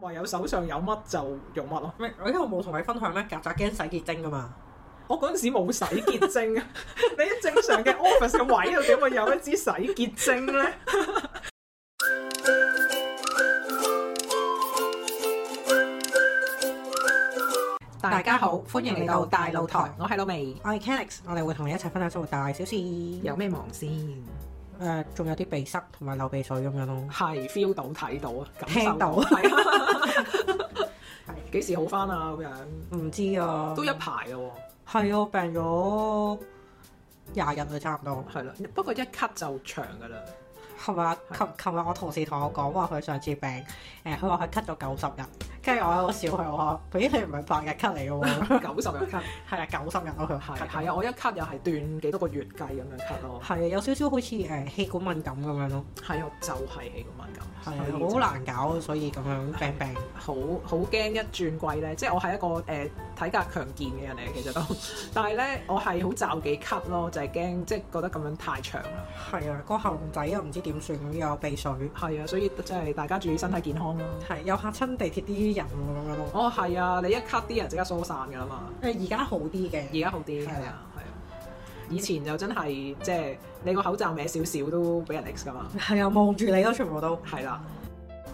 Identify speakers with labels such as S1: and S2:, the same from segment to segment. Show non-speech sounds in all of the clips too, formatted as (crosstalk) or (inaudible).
S1: 話有手上有乜就用乜咯。
S2: 咩？我因為我冇同你分享咩曱甴驚洗潔精噶嘛。
S1: 我嗰陣時冇洗潔精啊！ (laughs) 你正常嘅 office 嘅位度點會有一支洗潔精咧？
S2: 大家好歡迎嚟到大露台
S1: 我係老味，
S2: 我係 Canix，我啊哋會同你一齊分享生活大小事。有
S1: 有咩忙先？
S2: 誒，仲有啲鼻塞同埋流鼻水咁樣咯。
S1: 係 feel 到睇到啊，感受
S2: 聽到
S1: 係啊， (laughs) 幾時好翻啊？咁樣
S2: 唔知啊，
S1: 都一排咯
S2: 係啊我病咗廿日啦，差唔多
S1: 喎，係啦。不過一咳就長㗎 (laughs) 啦，
S2: 係嘛？
S1: 係
S2: 琴琴日我同事同我講話佢上次病，誒佢話佢咳咗九十日，跟住我好笑佢我話：咦你唔係八日咳嚟嘅
S1: (laughs)
S2: 喎，
S1: 九十日咳
S2: 係啊九十日咯佢
S1: 係
S2: 係
S1: 係啊！我一咳又係斷幾多個月計咁樣咳咯，
S2: 係啊有少少好似誒氣管敏感咁樣咯，
S1: 係啊，就係氣管敏感，
S2: 係
S1: 所以
S2: 啊
S1: 就
S2: 好難搞，所以咁樣病病。
S1: 好好驚一轉季咧，即係我係一個誒、呃體格強健嘅人嚟嘅，其實都， (laughs) 但係咧我係好罩忌咳咯，就係、驚即係覺得咁樣太長啦，
S2: 係啊，個喉嚨仔又唔知點算，又有鼻水，
S1: 係啊，所以即係大家注意身體健康啦。
S2: 係又嚇親地鐵啲人咁樣咯。
S1: 哦，係啊，你一咳啲人即刻疏散㗎啦嘛，
S2: 誒而家好啲
S1: 而
S2: 嘅，
S1: 家好啲，
S2: 係
S1: 係
S2: 啊
S1: 啊，係啊，以前就真係即係你個口罩歪少少都俾人 X 㗎嘛，
S2: 係啊望住你咯，全部都。
S1: 係啦、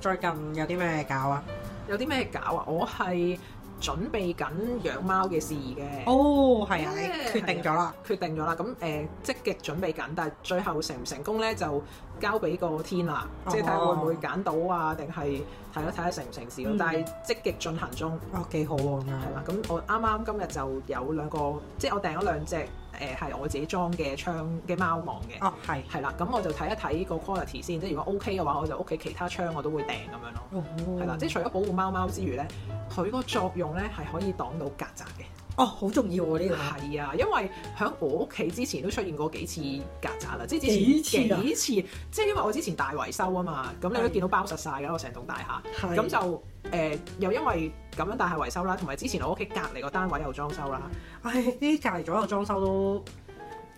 S2: 最近有啲咩搞啊？
S1: 有啲咩搞啊？我係準備緊養貓嘅事宜嘅。
S2: 哦，係啊，你
S1: 耶
S2: 決定咗啦。
S1: 決定咗啦，咁誒、呃積極準備緊，但係最後成唔成功咧就交俾個天啦，
S2: 哦
S1: 即係睇下會唔會揀到啊，定係睇一睇下成唔成事咯。
S2: 嗯
S1: 但係積極進行中，
S2: 哦，幾好喎咁
S1: 係啊啦
S2: 樣。。
S1: 咁我啱啱今日就有兩個，即係我訂咗兩隻誒係、我自己裝嘅窗嘅貓網嘅，
S2: 哦，係。
S1: 係啦。咁我就睇一睇個 quality 先，即係如果 OK 嘅話，我就屋企其他窗我都會訂咁樣咯。
S2: 哦，
S1: 係啦，即係除咗保護貓貓之餘咧，佢個作用咧係可以擋到曱甴嘅。
S2: 哦，好重要喎呢個。
S1: 係啊，因為喺我屋企之前都出現過幾次曱甴啦，即係之
S2: 幾
S1: 前
S2: 次啊
S1: 幾次，即係因為我之前大維修啊嘛，咁你都
S2: 係
S1: 見到包實晒㗎啦，我成棟大廈，
S2: 係
S1: 咁就誒、呃又因為咁樣大廈維修啦，同埋之前我屋企隔離個單位又裝修啦，
S2: 唉，呢啲隔離左右裝修都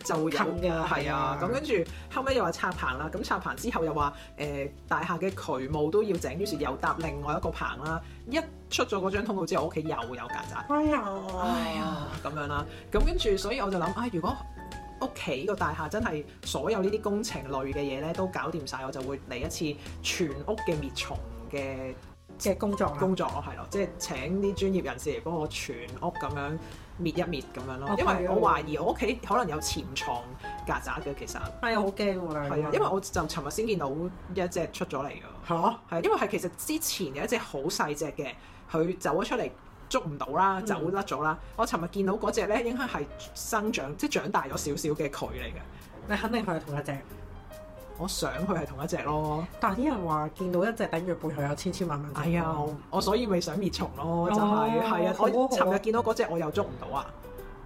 S1: 就會有
S2: 近㗎
S1: 係
S2: 係
S1: 啊
S2: 啊，
S1: 咁跟住後尾又話拆棚啦，咁拆棚之後又話誒、呃大廈嘅渠務都要整，於是又搭另外一個棚啦，一出咗嗰張通告之後，我屋企又有曱甴。
S2: 哎呀，
S1: 哎呀，咁樣啦，咁跟住，所以我就諗啊，如果屋企個大廈真係所有呢啲工程類嘅嘢咧都搞掂晒，我就會嚟一次全屋嘅滅蟲嘅
S2: 嘅工作啊。
S1: 工作咯，係咯，即係請啲專業人士嚟幫我全屋咁樣滅一滅咁樣咯
S2: 哦。
S1: 因為
S2: 係啊
S1: 我懷疑我屋企可能有潛藏曱甴嘅，其實係
S2: 係啊，好驚喎兩
S1: 啊
S2: 個。，
S1: 因為我就尋日先見到一隻出咗嚟㗎。
S2: 嚇
S1: 係因為係其實之前有一隻好細隻嘅，佢走咗出嚟捉唔到啦，
S2: 嗯
S1: 走甩咗啦。我尋日見到嗰只咧，應該係生長即係長大咗少少嘅佢嚟嘅。
S2: 你肯定佢係同一隻，
S1: 我想佢係同一隻咯。
S2: 但係啲人話見到一隻頂住背後有千千萬萬隻。
S1: 係啊，我我所以咪想滅蟲咯，就係
S2: 哦
S1: 係啊。
S2: 好啊
S1: 我
S2: 好啊
S1: 尋日見到嗰只我又捉唔到啊。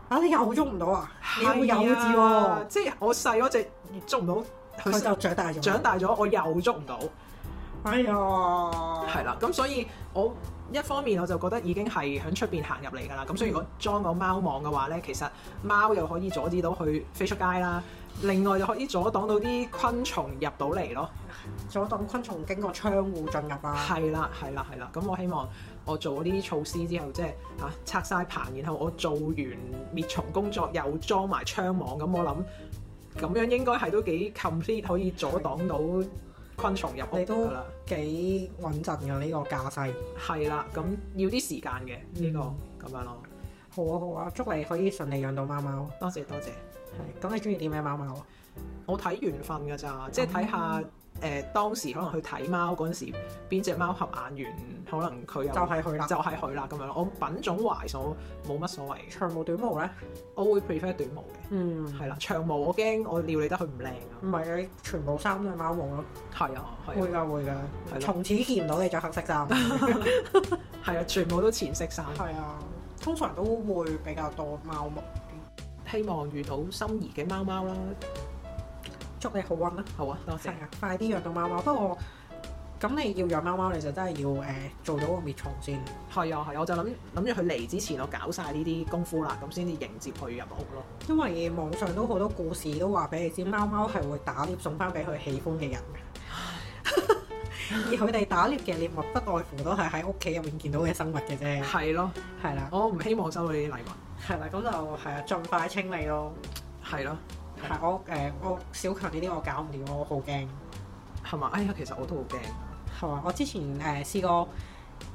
S2: 啊！你又捉唔到啊？你會有
S1: 係
S2: 字
S1: 啊
S2: 喎，
S1: 即係我細嗰只捉唔到，佢
S2: 佢就長大咗。
S1: 長大咗我又捉唔到。
S2: 哎呀，
S1: 係啦，咁所以我一方面我就覺得已經係喺出邊行入嚟㗎啦，咁所以如果
S2: 嗯
S1: 裝個貓網嘅話咧，其實貓又可以阻止到佢飛出街啦，另外就可以阻擋到啲昆蟲入到嚟咯。
S2: 阻擋昆蟲經過窗戶進入啊！
S1: 係啦，係啦，係啦，咁我希望我做呢啲措施之後，即係嚇、啊拆晒棚，然後我做完滅蟲工作又裝埋窗網，咁我諗咁樣應該係都幾 complete 可以阻擋到昆蟲入屋
S2: 你都
S1: 㗎啦。
S2: 幾穩陣嘅呢個架勢。
S1: 係啦，咁要啲時間嘅呢、個咁樣咯。
S2: 好啊好啊，祝你可以順利養到貓貓。
S1: 多謝多謝，
S2: 係，咁你中意啲咩貓貓啊？
S1: 我睇緣分㗎咋，即係睇下誒當時可能去睇貓嗰陣時，邊只貓合眼緣，可能佢又
S2: 就係佢啦。
S1: 就係佢啦咁樣咯。我品種懷所冇乜所謂嘅，
S2: 長毛短毛咧？
S1: 我會 prefer 短毛嘅，
S2: 嗯，
S1: 係啦，長毛我驚我料理得佢唔靚
S2: 唔係你全部衫都係貓毛咯？
S1: 啊，係啊
S2: 會
S1: 係啊
S2: 㗎會
S1: 係咯
S2: 㗎，從此見唔到你着黑
S1: (laughs)
S2: 色衫。
S1: 係啊，全部都淺色衫，
S2: 係啊，通常都會比較多貓毛。
S1: 希望遇到心儀嘅貓貓啦，
S2: 祝你好運啦！
S1: 好啊，多謝
S2: 係。啊，快啲養到貓貓。不過咁你要養貓貓，你就真係要誒、呃做到個滅蟲先。
S1: 係啊係啊，我就諗諗住佢嚟之前，我搞晒呢啲功夫啦，咁先至迎接佢入屋咯。
S2: 因為網上都好多故嗯 (laughs) 事都話俾你知，貓貓係會打獵送翻俾佢喜歡嘅人嘅。而佢哋打獵嘅獵物不外乎都係喺屋企入面見到嘅生物嘅啫，
S1: 係咯，
S2: 係啦，
S1: 我唔希望收到呢啲禮物，
S2: 係啦，咁就係啊，盡快清理咯。
S1: 係咯，
S2: 係我誒，我小強呢啲我搞唔掂，我好驚。
S1: 係嘛？哎呀，其實我都好驚，
S2: 係嘛？我之前誒、呃、試過，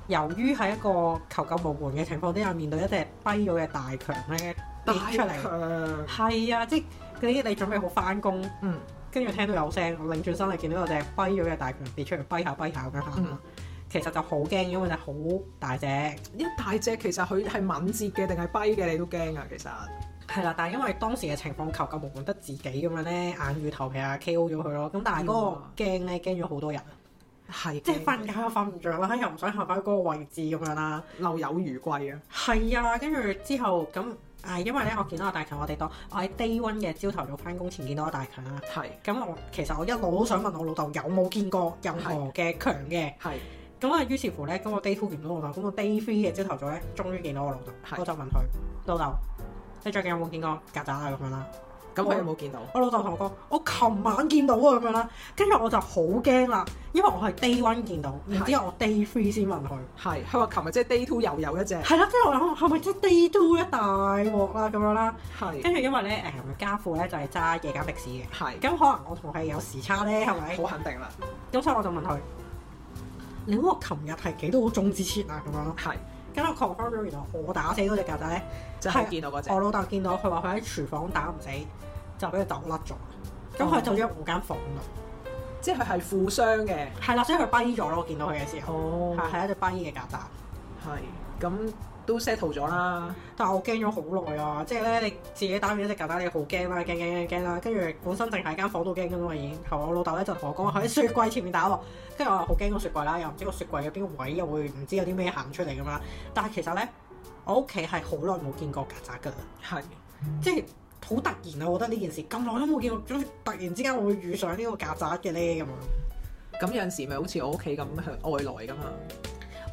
S2: 由於喺一個求救無門嘅情況底下，面對一隻跛咗嘅大強咧跌出嚟，
S1: 強，
S2: 係啊，即係嗰啲你準備好翻工，
S1: 嗯
S2: 跟住聽到有聲，我擰轉身嚟見到有隻跛咗嘅大強跌出嚟，跛下跛下咁樣行啦。其實就好驚，因為就好大隻，
S1: 一大隻其實佢係敏捷嘅定係跛嘅，你都驚啊！其實
S2: 係啦。但係因為當時嘅情況，求救無門得自己咁樣咧，眼乳頭皮啊 K.O. 咗佢咯。咁但係嗰個驚咧，驚咗好多人，
S1: 係
S2: 嗯即係
S1: 驚
S2: 瞓覺又瞓唔着啦，又唔想行翻嗰個位置咁樣啦。
S1: 漏有餘悸啊！
S2: 係啊，跟住之後咁啊，因為咧我見到阿大強，我哋當我喺 day one 嘅朝頭早翻工前見到阿大強啦。
S1: 係
S2: 咁我其實我一路都想問我老豆有冇見過任何嘅強嘅，
S1: 係
S2: 咁啊於是乎咧，咁我 day two 見到我老豆，咁我 day three 嘅朝頭早咧，終於見到我老豆，
S1: 係
S2: 我就問佢老豆，你最近有冇見過曱甴啊咁樣啦？
S1: 咁佢有冇見到？
S2: 我老豆同我講，我琴晚見到啊咁樣啦，跟住我就好驚啦，因為我係 day one 見到，然之後我 day three 先問佢。
S1: 係佢話琴日即係 day two 又有一隻，
S2: 係啦，跟住我諗係咪真係 day two 咧大鑊啦咁樣啦，
S1: 係
S2: 跟住因為咧誒家父咧就係揸夜間的士嘅，
S1: 係
S2: 咁可能我同佢有時差咧係咪？
S1: 好肯定啦，
S2: 咁所以我就問佢：你嗰個琴日係幾多個鐘之前啊？咁樣咯。
S1: 係
S2: 跟住我 confirm 咗，原來我打死嗰隻曱甴咧，
S1: 就係啊哦見到嗰隻
S2: 我老豆見到佢話佢喺廚房打唔死，就俾佢走甩咗。咁佢走咗入我間房度，，
S1: 即係佢係負傷嘅。
S2: 係啦，所以佢跛咗咯。我見到佢嘅時候，
S1: 哦
S2: 係係一隻跛嘅曱甴。
S1: 係咁都 settle 咗啦，
S2: 但係我驚咗好耐啊！即係咧，你自己打完一隻曱甴，你好驚啦，驚驚驚驚啦，跟住本身淨係間房度驚咁嘛已經。後來我老豆咧就同我講話佢喺雪櫃前面打喎，跟住我又好驚個雪櫃啦，又唔知個雪櫃有邊個位又會唔知有啲咩行出嚟咁啦。但係其實咧，我屋企係好耐冇見過曱甴㗎啦，
S1: 係
S2: 即係好突然啊！我覺得呢件事咁耐都冇見過，總之突然之間我會遇上呢個曱甴嘅咧咁樣。
S1: 咁有陣時咪好似我屋企咁啊去外來噶嘛，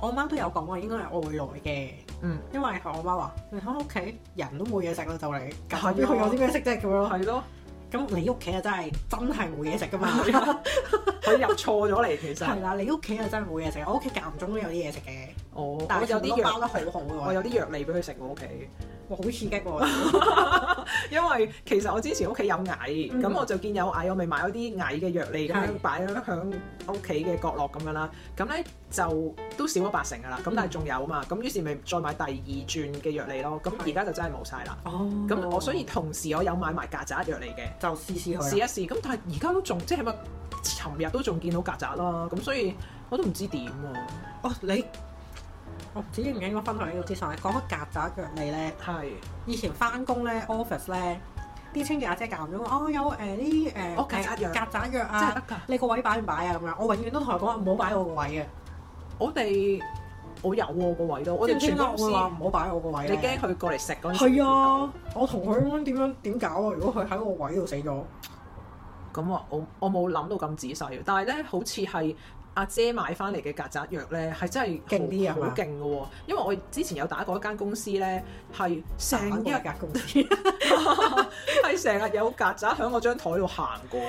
S2: 我媽都有講話應該係外來嘅，
S1: 嗯，
S2: 因為我媽話你喺屋企人都冇嘢食啦，就嚟曱甴邊佢有啲咩食啫咁樣咯。
S1: 哦係咯，
S2: 咁你屋企啊真係真係冇嘢
S1: (laughs)
S2: 食噶
S1: 啊
S2: (laughs) 嘛，
S1: 佢入錯咗嚟其實
S2: 係。啦，你屋企啊真係冇嘢食，我屋企間唔中都有啲嘢食嘅，
S1: 我
S2: 但
S1: 哦我
S2: 係
S1: 有啲
S2: 全部都包
S1: 藥，
S2: 得好好嘅
S1: 我
S2: 喎，
S1: 有啲藥嚟俾佢食我屋企，
S2: 哇好刺激喎，
S1: (laughs) 因為其實我之前屋企有蟻，
S2: 嗯
S1: 咁我就見有蟻，我咪買咗啲蟻嘅藥嚟咁樣
S2: 係
S1: 擺咗響屋企嘅角落咁樣啦。咁咧就都少咗八成噶啦，咁但係
S2: 嗯
S1: 仲有啊嘛，咁於是咪再買第二轉嘅藥嚟咯。咁而家就真係冇晒啦。
S2: 哦，
S1: 咁我所以同時我有買埋曱甴藥嚟嘅。
S2: 就試
S1: 試
S2: 試
S1: 啊
S2: 佢
S1: 一
S2: 啦，
S1: 試。咁但係而家都仲即係咪？尋日都仲見到曱甴啦，咁所以我都唔知點啊喎。
S2: 哦你。我唔知應唔應該分享呢個資訊咧？講開曱甴藥你咧，
S1: 係，
S2: 以前翻工咧 office 咧，啲清潔阿姐間唔中話哦有誒啲誒
S1: 哦曱甴藥
S2: 曱甴藥
S1: 真係
S2: 啊，
S1: 得㗎。
S2: 你個位擺唔擺啊咁樣？我永遠都同佢講唔好擺我個位啊，
S1: 我哋我有喎個位都，我哋
S2: 知唔
S1: 全
S2: 知我
S1: 公司
S2: 會，話唔好擺我個位
S1: 你
S2: 咧
S1: 驚佢過嚟食嗰陣時
S2: 係，啊，我同佢咁樣點樣點搞啊？如果佢喺我位度死咗，
S1: 咁啊，我我冇諗到咁仔細，但係咧好似係。阿姐買翻嚟嘅曱甴藥咧，係真係
S2: 勁啲啊
S1: 好
S2: 嘛
S1: 勁嘅喎。因為我之前有打過一間公司咧，係成
S2: 成 (laughs)
S1: 日
S2: 一格公司，啊
S1: (laughs) 係成日有曱甴喺我張台度行過，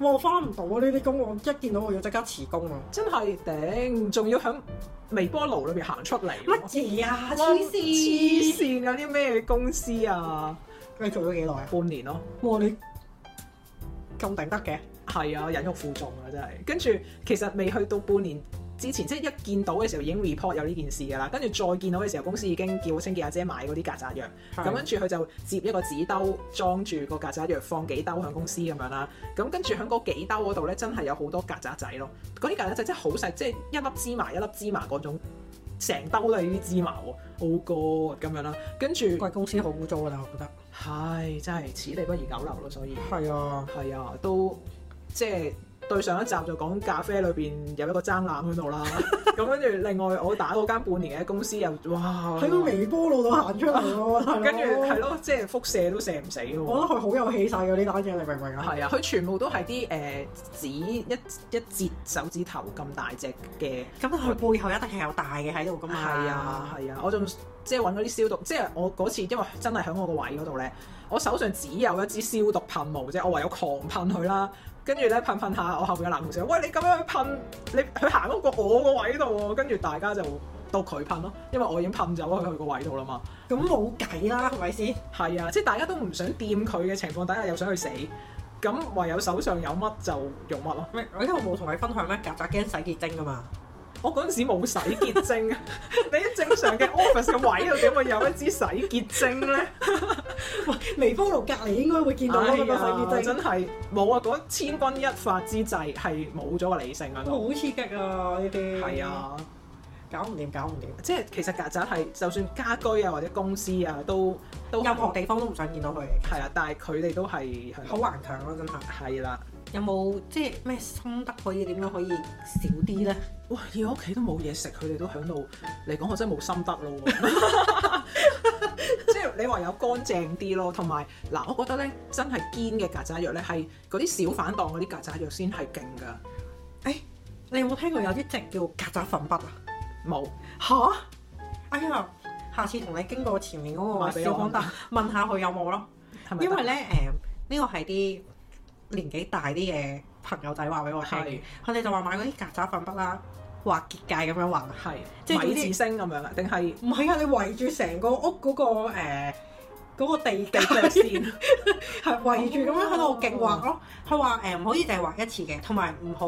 S2: 哇我翻唔到啊！呢啲工我一見到我要即刻辭工啊！
S1: 真係頂，仲要喺微波爐裏邊行出嚟喎。
S2: 乜嘢啊？
S1: 哇
S2: 黐
S1: 黐
S2: 線！
S1: 線有啲咩公司啊？
S2: 你做咗幾耐啊？
S1: 半年咯，
S2: 哇！你咁頂得嘅，
S1: 係啊，忍辱負重啊，真係。跟住其實未去到半年之前，即係一見到嘅時候已經 report 有呢件事㗎啦。跟住再見到嘅時候，公司已經叫清潔阿姐買嗰啲曱甴藥，咁跟住佢就接一個紙兜裝住個曱甴藥，放幾兜喺公司咁樣啦。咁跟住喺嗰幾兜嗰度咧，真係有好多曱甴仔咯。嗰啲曱甴仔真係好細，即係一粒芝麻一粒芝麻嗰種，成兜都係呢啲芝麻喎，好高咁樣啦。跟住
S2: 貴公司好污糟啊！但我覺得
S1: 係真係此地不宜久留咯，所以
S2: 係啊，
S1: 係啊，都即係對上一集就講咖啡裏邊有一個爭攬喺度 (laughs) 啦，咁跟住另外我打嗰間半年嘅公司又哇，
S2: 喺個微波爐度行出嚟 (laughs) 喎，大佬
S1: 跟住係，咯，即係輻射都射唔死
S2: 我
S1: 喎。
S2: 覺得佢好有氣勢嘅呢單嘢，你明唔明啊？
S1: 係啊，佢全部都係啲誒指一一截手指頭咁大隻嘅，
S2: (laughs) 咁佢背後一定係有大嘅喺度噶嘛？
S1: 係啊，係啊，我仲即係揾嗰啲消毒，即係我嗰次因為真係喺我個位嗰度咧，我手上只有一支消毒噴霧啫，我唯有狂噴佢啦，跟住咧噴噴下，我後面有男同事話：喂，你咁樣去噴，你佢行嗰個我個位度喎。跟住大家就到佢噴咯，因為我已經噴走咗佢個位度啦嘛。
S2: 咁冇計啦，係咪先？
S1: 係啊，即係大家都唔想掂佢嘅情況底下，又想去死，咁唯有手上有乜就用乜咯。
S2: 喂我因為我冇同你分享咩曱甴驚洗潔精噶嘛，
S1: 我嗰陣時冇洗潔精，啊 (laughs) 你喺正常嘅 office 嘅位度點會有一支洗潔精咧？
S2: 微波爐隔離應該會見到咯，嗰個洗
S1: 哎呀
S2: 潔精
S1: 真。係冇啊！嗰千鈞一髮之際係冇咗個理性喺
S2: 哇
S1: 度。
S2: 好刺激啊！呢啲
S1: 係，啊，
S2: 搞唔掂，搞唔掂，
S1: 即係其實曱甴係就算家居啊或者公司啊都都
S2: 任何地方都唔想見到佢嘅，
S1: 係啊，但係佢哋都係響
S2: 好頑強咯，真係。
S1: 係啦。
S2: 有冇即係咩心得可以點樣可以少啲咧？
S1: 哇！你屋企都冇嘢食，佢哋都響度嚟講，我真係冇心得咯喎。
S2: (laughs)
S1: 即係你話有乾淨啲咯，同埋嗱，我覺得咧真係堅嘅曱甴藥咧，係嗰啲小販檔嗰啲曱甴藥先係勁㗎。
S2: 你有冇聽過有啲隻叫曱甴粉筆啊？
S1: 冇
S2: 吓？哎呀，下次同你經過前面嗰個
S1: 買俾我
S2: 小康達問下佢有冇咯，
S1: 係咪得？
S2: 因為咧誒呢個係啲年紀大啲嘅朋友仔話俾我聽
S1: 係
S2: 嘅，佢哋就話買嗰啲曱甴粉筆啦，畫結界咁樣畫。
S1: 係即
S2: 即係
S1: 係
S2: 總之
S1: 米字星咁樣啊，定係
S2: 唔係啊！你圍住成個屋嗰、個誒嗰、個地
S1: 地
S2: (laughs) 地哦
S1: 腳線？
S2: 係圍住咁樣喺度勁畫咯。佢話誒唔可以淨係畫一次嘅，同埋唔好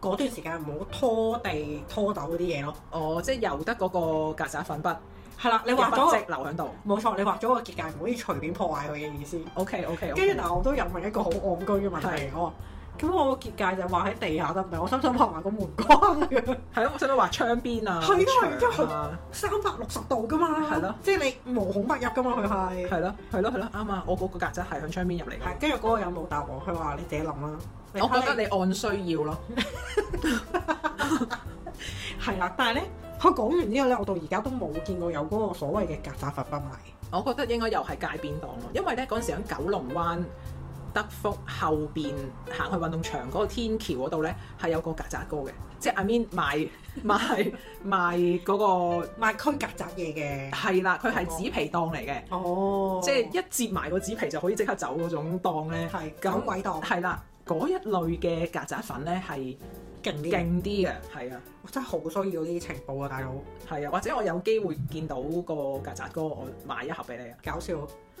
S2: 嗰段時間唔好拖地拖走嗰啲嘢咯。
S1: 哦，即係由得嗰個曱甴粉筆，
S2: 係啦，你
S1: 你
S2: 畫咗個
S1: 留喺度。
S2: 冇錯，你畫咗個結界，唔可以隨便破壞佢嘅意思。
S1: OK OK，
S2: 跟住但我都有問一個好戇居嘅問題，我話咁我個結界就畫喺地下得唔得？我心想畫埋個門框咁樣，
S1: 係咯，我想話窗邊啊，
S2: 係啊係啊
S1: 牆啊，
S2: 三百六十度噶嘛，
S1: 係咯，
S2: 即係你無孔不入噶嘛，佢係。
S1: 係咯係咯係咯，啱啊！我嗰個曱甴係向窗邊入嚟
S2: 係，
S1: 嘅。
S2: 跟住嗰個人冇答我，佢話你自己諗啦。
S1: 我覺得
S2: 你
S1: 你按需要咯，
S2: 係啦，但係咧，佢講完之後咧，我到而家都冇見過有嗰個所謂嘅曱甴佛不賣。
S1: 我覺得應該又係街邊檔咯，因為咧嗰陣時喺九龍灣德福後邊行去運動場嗰個天橋嗰度咧，係有個曱甴哥嘅，即係 I mean 賣 (laughs) 賣賣嗰個
S2: 賣區曱甴嘢嘅。
S1: 係啦，佢係紙皮檔嚟嘅。
S2: 哦
S1: 即係一折埋個紙皮就可以即刻走嗰種檔咧，
S2: 係
S1: 咁
S2: 咁鬼檔，
S1: 係啦，嗰一類嘅曱甴粉咧係
S2: 勁啲。
S1: 勁啲嘅，係啊，
S2: 我真係好需要呢啲情報啊，大佬，
S1: 係啊，或者我有機會見到個曱甴哥，我買一盒俾你啊，
S2: 搞笑。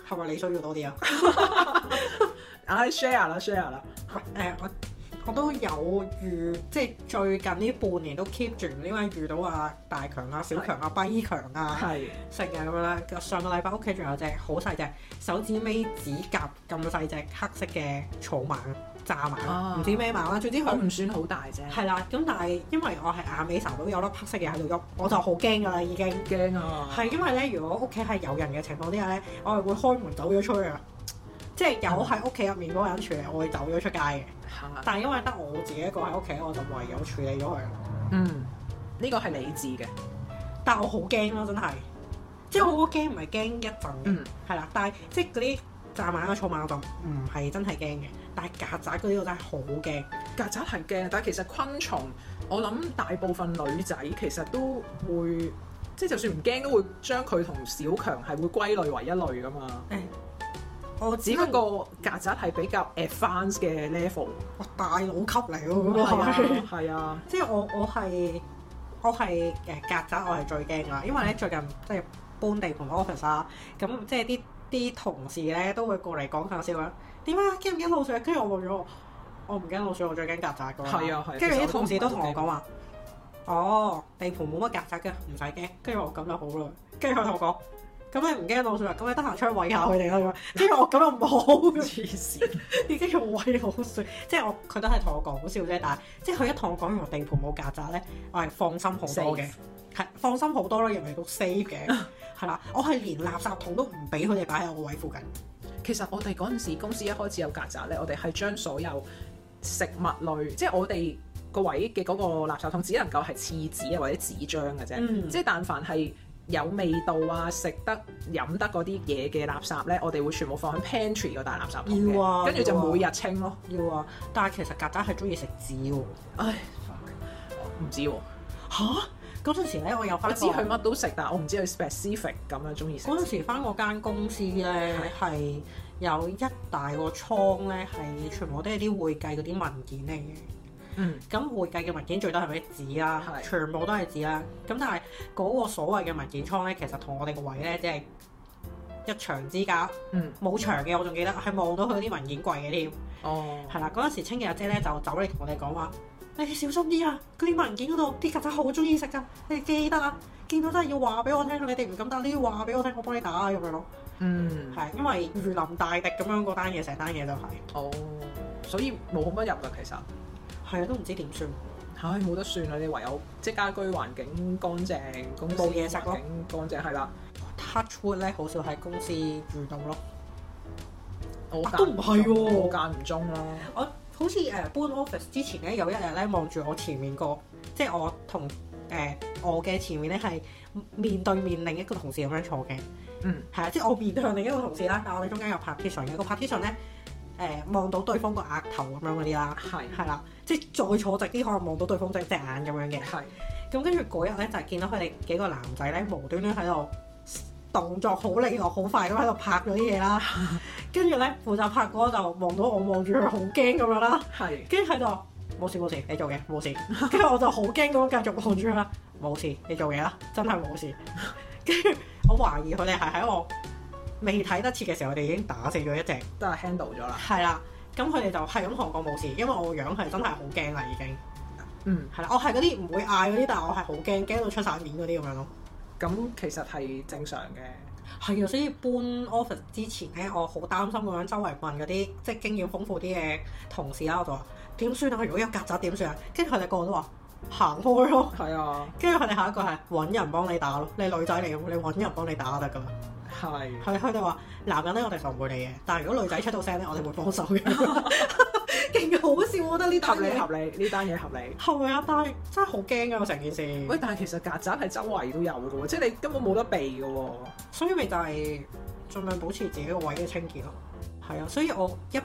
S2: 係咪你需要
S1: (laughs)
S2: 多啲啊？
S1: 唉 share 啦 share 啦，
S2: 喂誒、我我都有遇，即係最近呢半年都 keep 住，因為遇到啊大強啊、小強啊、跛強啊。
S1: 係
S2: 食嘅咁樣啦。上個禮拜屋企仲有隻好細隻手指尾指甲咁細隻黑色嘅草蜢、蚱蜢，唔、
S1: 啊
S2: 知咩蜢啦。總之
S1: 我
S2: 佢
S1: 唔算好大啫，
S2: 係啦。咁但係因為我係眼尾睄到有粒黑色嘅喺度喐，我就好驚㗎啦已經。
S1: 驚啊，
S2: 係因為咧，如果屋企係有人嘅情況之下咧，我係會開門走咗出去啊。即係有喺屋企入面嗰個人處理，我會走咗出街嘅。
S1: 係
S2: 但係因為得我自己一個喺屋企，我就唯有處理咗佢。
S1: 嗯，呢個係理智嘅，
S2: 但我好驚咯，真係，即係我嗰個驚唔係驚一陣嘅，係、
S1: 嗯
S2: 啦，但係即係嗰啲蚱蜢啊、草蜢我就唔係真係驚嘅，但係曱甴嗰啲我真係好驚，
S1: 曱甴係驚，但係其實昆蟲我諗大部分女仔其實都會。即係就算唔驚，都會將佢同小強係會歸類為一類噶嘛。
S2: 我
S1: 只不過曱甴係比較 advanced 嘅 level，
S2: 我大佬級嚟咯，
S1: 係
S2: 嗰個
S1: 啊
S2: 係，
S1: 係啊，
S2: 即係我我係我係誒曱甴，我係最驚啦，因為咧
S1: 嗯
S2: 最近即係搬地盤 office 啊，咁即係啲啲同事咧都會過嚟講下笑咁，點啊驚唔驚老鼠啊？跟住我望咗我，我唔驚老鼠，我最驚曱甴㗎嘛。
S1: 係啊係啊
S2: 跟住
S1: 其實我
S2: 啲
S1: 都
S2: 同事都
S1: 唔係
S2: 同我講話，哦地盤冇乜曱甴㗎，唔使驚。跟住我咁就好啦。跟住佢同我講。咁你唔驚老鼠啊？咁你得閒出去餵下佢哋啦咁樣。跟住我咁又唔好，
S1: 黐線，
S2: 已經要餵老鼠， (laughs) 即係我佢都係同我講好笑啫，但係即係佢一同我講完我地盤冇曱甴咧，我係放心好多嘅
S1: Safe，
S2: 係放心好多咯，認為到 safe
S1: (laughs)
S2: 嘅，係啦，我係連垃圾桶都唔俾佢哋擺喺我位附近，
S1: 其實我哋嗰陣時公司一開始有曱甴咧，我哋係將所有食物類，即係我哋個位嘅嗰個垃圾桶，只能夠係廁紙啊或者紙張嘅啫，
S2: 嗯
S1: 即係但凡係。有味道啊，食得飲得嗰啲嘢嘅垃圾咧，我哋會全部放喺 pantry 個大垃圾桶
S2: 要啊
S1: 嘅，跟住
S2: 要
S1: 就
S2: 啊
S1: 每日清咯。
S2: 要啊，但係其實曱甴係中意食紙喎，
S1: 唉，唔知喎，
S2: 嚇嗰陣時咧我有
S1: 我
S2: 翻
S1: 知佢乜都食，但我唔知佢 specific 咁樣中意食。
S2: 嗰陣時翻嗰間公司咧係有一大個倉咧係全部都係啲會計嗰啲文件嚟嘅。
S1: 嗯，
S2: 咁會計嘅文件最多係咪紙啦？
S1: 係
S2: 全部都係紙啦。咁但係嗰個所謂嘅文件倉咧，其實同我哋個位咧，即係一牆之隔，
S1: 嗯，
S2: 冇牆嘅。我仲記得係望到佢啲文件櫃嘅添。
S1: 哦，
S2: 係啦，嗰陣時清潔阿姐咧就走嚟同我哋講話：你哋小心啲啊！嗰啲文件嗰度啲曱甴好中意食㗎，你哋記得啊！見到真係要話俾我聽，你哋唔敢打，你要話俾我聽，我幫你打啊咁樣咯。
S1: 嗯，
S2: 係因為如臨大敵咁樣嗰單嘢，成單嘢就係、
S1: 哦，所以冇乜入啊啦，其實，
S2: 係啊，都唔知點算。
S1: 唉，冇得算啦，你唯有即係家居環境乾淨，公司
S2: 冇嘢食咯
S1: 環境乾淨係啦，
S2: Touchwood 咧好少喺公司遇到咯。
S1: 我
S2: 啊都唔係喎
S1: 我間唔中啦，
S2: 我好似誒、呃搬 office 之前咧，有一日咧望住我前面個，即係我同誒、呃我嘅前面咧係面對面另一個同事咁樣坐嘅。
S1: 嗯，
S2: 係啊，即係我面向另一個同事啦，但係我哋中間有 partition 嘅，個 partition 咧誒呃望到對方個額頭咁樣嗰啲啦，
S1: 係
S2: 係啦，即係再坐直啲可能望到對方隻隻眼咁樣嘅。
S1: 係，
S2: 咁跟住嗰日咧就見到佢哋幾個男仔咧無端端喺度動作好利落、好快咁喺度拍咗啲嘢啦，跟住咧負責拍嗰個就望到我望住佢好驚咁樣啦，
S1: 係
S2: 跟住喺度話冇事冇事，你做嘢 (laughs) 冇事，跟住我就好驚咁樣繼續望住佢啦，冇事你做嘢啦，真係冇事，跟住我懷疑佢哋係喺我未睇得切嘅時候，我哋已經打死咗一隻，
S1: 都係 handle 咗啦，
S2: 係啦。咁佢哋就係咁同我講冇事，因為我個樣係真係好驚啦，已經
S1: 嗯，
S2: 係啦，我係嗰啲唔會嗌嗰啲，但係我係好驚，驚到出晒面嗰啲咁樣咯。
S1: 咁其實係正常嘅，
S2: 係啊，所以搬 office 之前咧，我好擔心咁樣周圍問嗰啲即係經驗豐富啲嘅同事啦，我就話點算啊？如果有曱甴點算啊？跟住佢哋個個都話行開咯，
S1: 係啊，
S2: 跟住佢哋下一個係揾人幫你打咯。你女仔嚟嘅，你揾人幫你打就得㗎啦。
S1: 係。
S2: 係佢哋話男人咧，我哋就唔會理嘅，但係如果女仔出到聲咧，我哋會幫手
S1: (laughs)
S2: 嘅。勁好笑，我覺得呢
S1: 合
S2: 單
S1: 理
S2: 嘢
S1: 合理，呢單嘢合理。
S2: 係咪啊？但係真係好驚㗎啊成件事。
S1: 喂，但係其實曱甴係周圍都有嘅喎，即係你根本冇得避嘅喎。
S2: 所以咪就係盡量保持自己個位嘅清潔咯。係啊，所以我一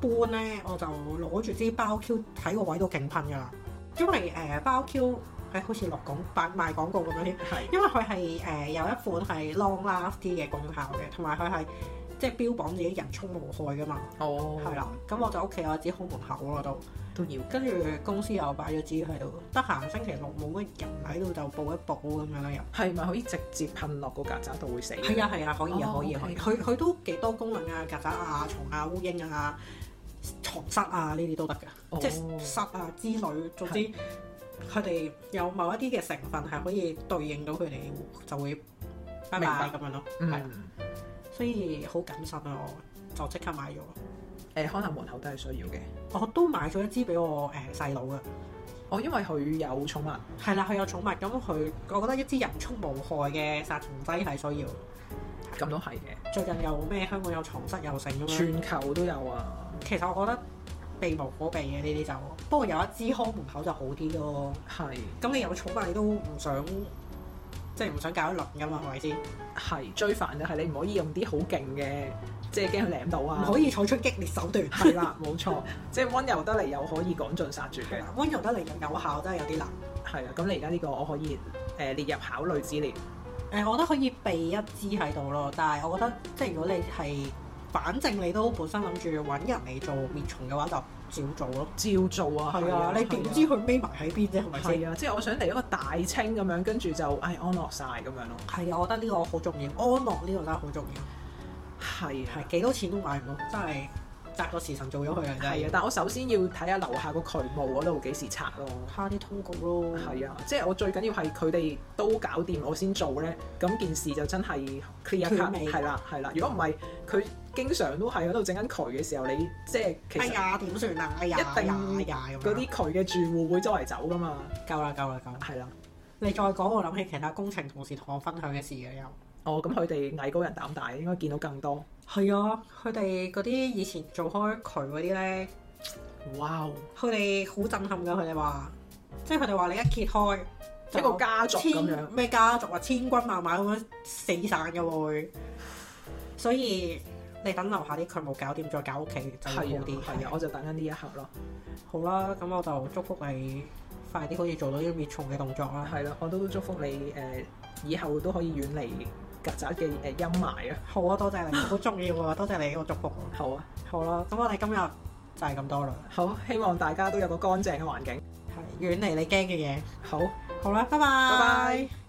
S2: 般咧，我就攞住支包 Q 喺個位度勁噴噶啦，因為誒、呃包 Q 係、好似落廣賣賣廣告咁樣添，
S1: 係
S2: 因為佢係誒有一款係 long last 啲嘅功效嘅，同埋佢係即係標榜自己人畜無害噶嘛，
S1: 哦
S2: 係啦、咁我就屋企有支好門口嗰度，
S1: 都要。
S2: 跟住公司又擺咗支喺度，得閒星期六冇乜人喺度就補一補咁樣啦又。
S1: 係咪可以直接噴落個曱甴度會死？
S2: 係啊係啊，可以啊
S1: 哦
S2: 可以啊
S1: OK
S2: 可以，佢佢都幾多功能啊，曱甴啊、蟲啊、烏蠅啊、床蝨啊呢啲都得㗎，
S1: 哦
S2: 即係蝨啊之類，總之佢哋有某一啲嘅成分係可以對應到佢哋就會拜拜
S1: 明白
S2: 咁樣咯，係啊
S1: 嗯。
S2: 所以好謹慎啊，我就即刻買咗，
S1: 誒，可能門口都係需要嘅。
S2: 我都買咗一支俾我誒細佬㗎，
S1: 哦，因為佢有寵物。
S2: 係啦，佢有寵物，咁佢我覺得一支人畜無害嘅殺蟲劑係需要，
S1: 咁都係嘅，
S2: 最近有咩香港有床蝨又成咁樣。
S1: 全球都有啊，
S2: 其實我覺得避無可避嘅呢啲就，不過有一支看門口就好啲咯。
S1: 係
S2: 咁你有寵物你都唔想，即係唔想搞一輪噶嘛，係咪先？
S1: 係最煩就係你唔可以用啲好勁嘅，即係驚佢舐到
S2: 唔
S1: 啊。
S2: 可以採取激烈手段。 (laughs)
S1: 係啦， (laughs) 冇錯，即係温柔得嚟又可以趕盡殺絕嘅。
S2: 温柔得嚟又有效，真係有啲難。誒、
S1: 係啊，咁你而家呢個我可以誒、呃列入考慮之列。
S2: 我覺得可以避一支喺度咯，但係我覺得即係如果你係，反正你都本身諗住揾人嚟做滅蟲嘅話，就照做咯。
S1: 照做啊，
S2: 係啊，你點
S1: 係啊
S2: 知佢匿埋喺邊啫？係咪先？
S1: 係啊，即係我想嚟一個大清咁樣，跟住就唉安樂晒咁樣咯。
S2: 係啊，我覺得呢個好重要，安樂呢個真係好啊重要。
S1: 係啊係
S2: 係幾多錢都買唔到，真係搭個時辰做咗佢啊！真
S1: 係
S2: 係
S1: 啊，但我首先要睇下樓下個渠務嗰度幾時拆咯。
S2: 差啲通告咯，
S1: 係啊，即係我最緊要係佢哋都搞掂，我先做咧，咁件事就真係 clear cut
S2: 斷尾
S1: 係啦係啦。如果唔係，佢經常都係喺度整緊渠嘅時候，你即係其
S2: 哎
S1: 實
S2: 呀點算啊？哎呀，
S1: 一定
S2: 哎呀哎呀咁樣
S1: 嗰啲渠嘅住戶會周圍走噶嘛。
S2: 夠啦夠啦夠啦！
S1: 係啦，
S2: 你再講，我諗起其他工程同事同我分享嘅事嘅又
S1: 哦咁佢哋藝高人膽大，應該見到更多。
S2: 係啊，佢哋嗰啲以前做開渠嗰啲咧，
S1: 哇！哦
S2: 佢哋好震撼㗎，佢哋話，即係佢哋話你一揭開
S1: 一個家族咁樣
S2: 千咩家族啊，千軍萬馬咁樣四散嘅會，所以你等樓下啲渠務搞掂，再搞屋企就
S1: 係
S2: 會
S1: 啊
S2: 好啲。
S1: 係啊，我就等緊呢一刻咯。
S2: 好啦，咁我就祝福你快啲可以做到呢啲滅蟲嘅動作啦。
S1: 係啦，我都祝福你誒、呃以後都可以遠離曱甴嘅誒陰霾啊！
S2: 好啊，多謝你，好重
S1: (laughs)
S2: 要啊，多謝你個祝福啊。
S1: 好啊，
S2: 好啦，咁我哋今日就係咁多啦，
S1: 好，希望大家都有個乾淨嘅環境。
S2: 係遠離你驚嘅嘢。
S1: 好，
S2: 好啦，
S1: 拜
S2: 拜拜。
S1: 拜。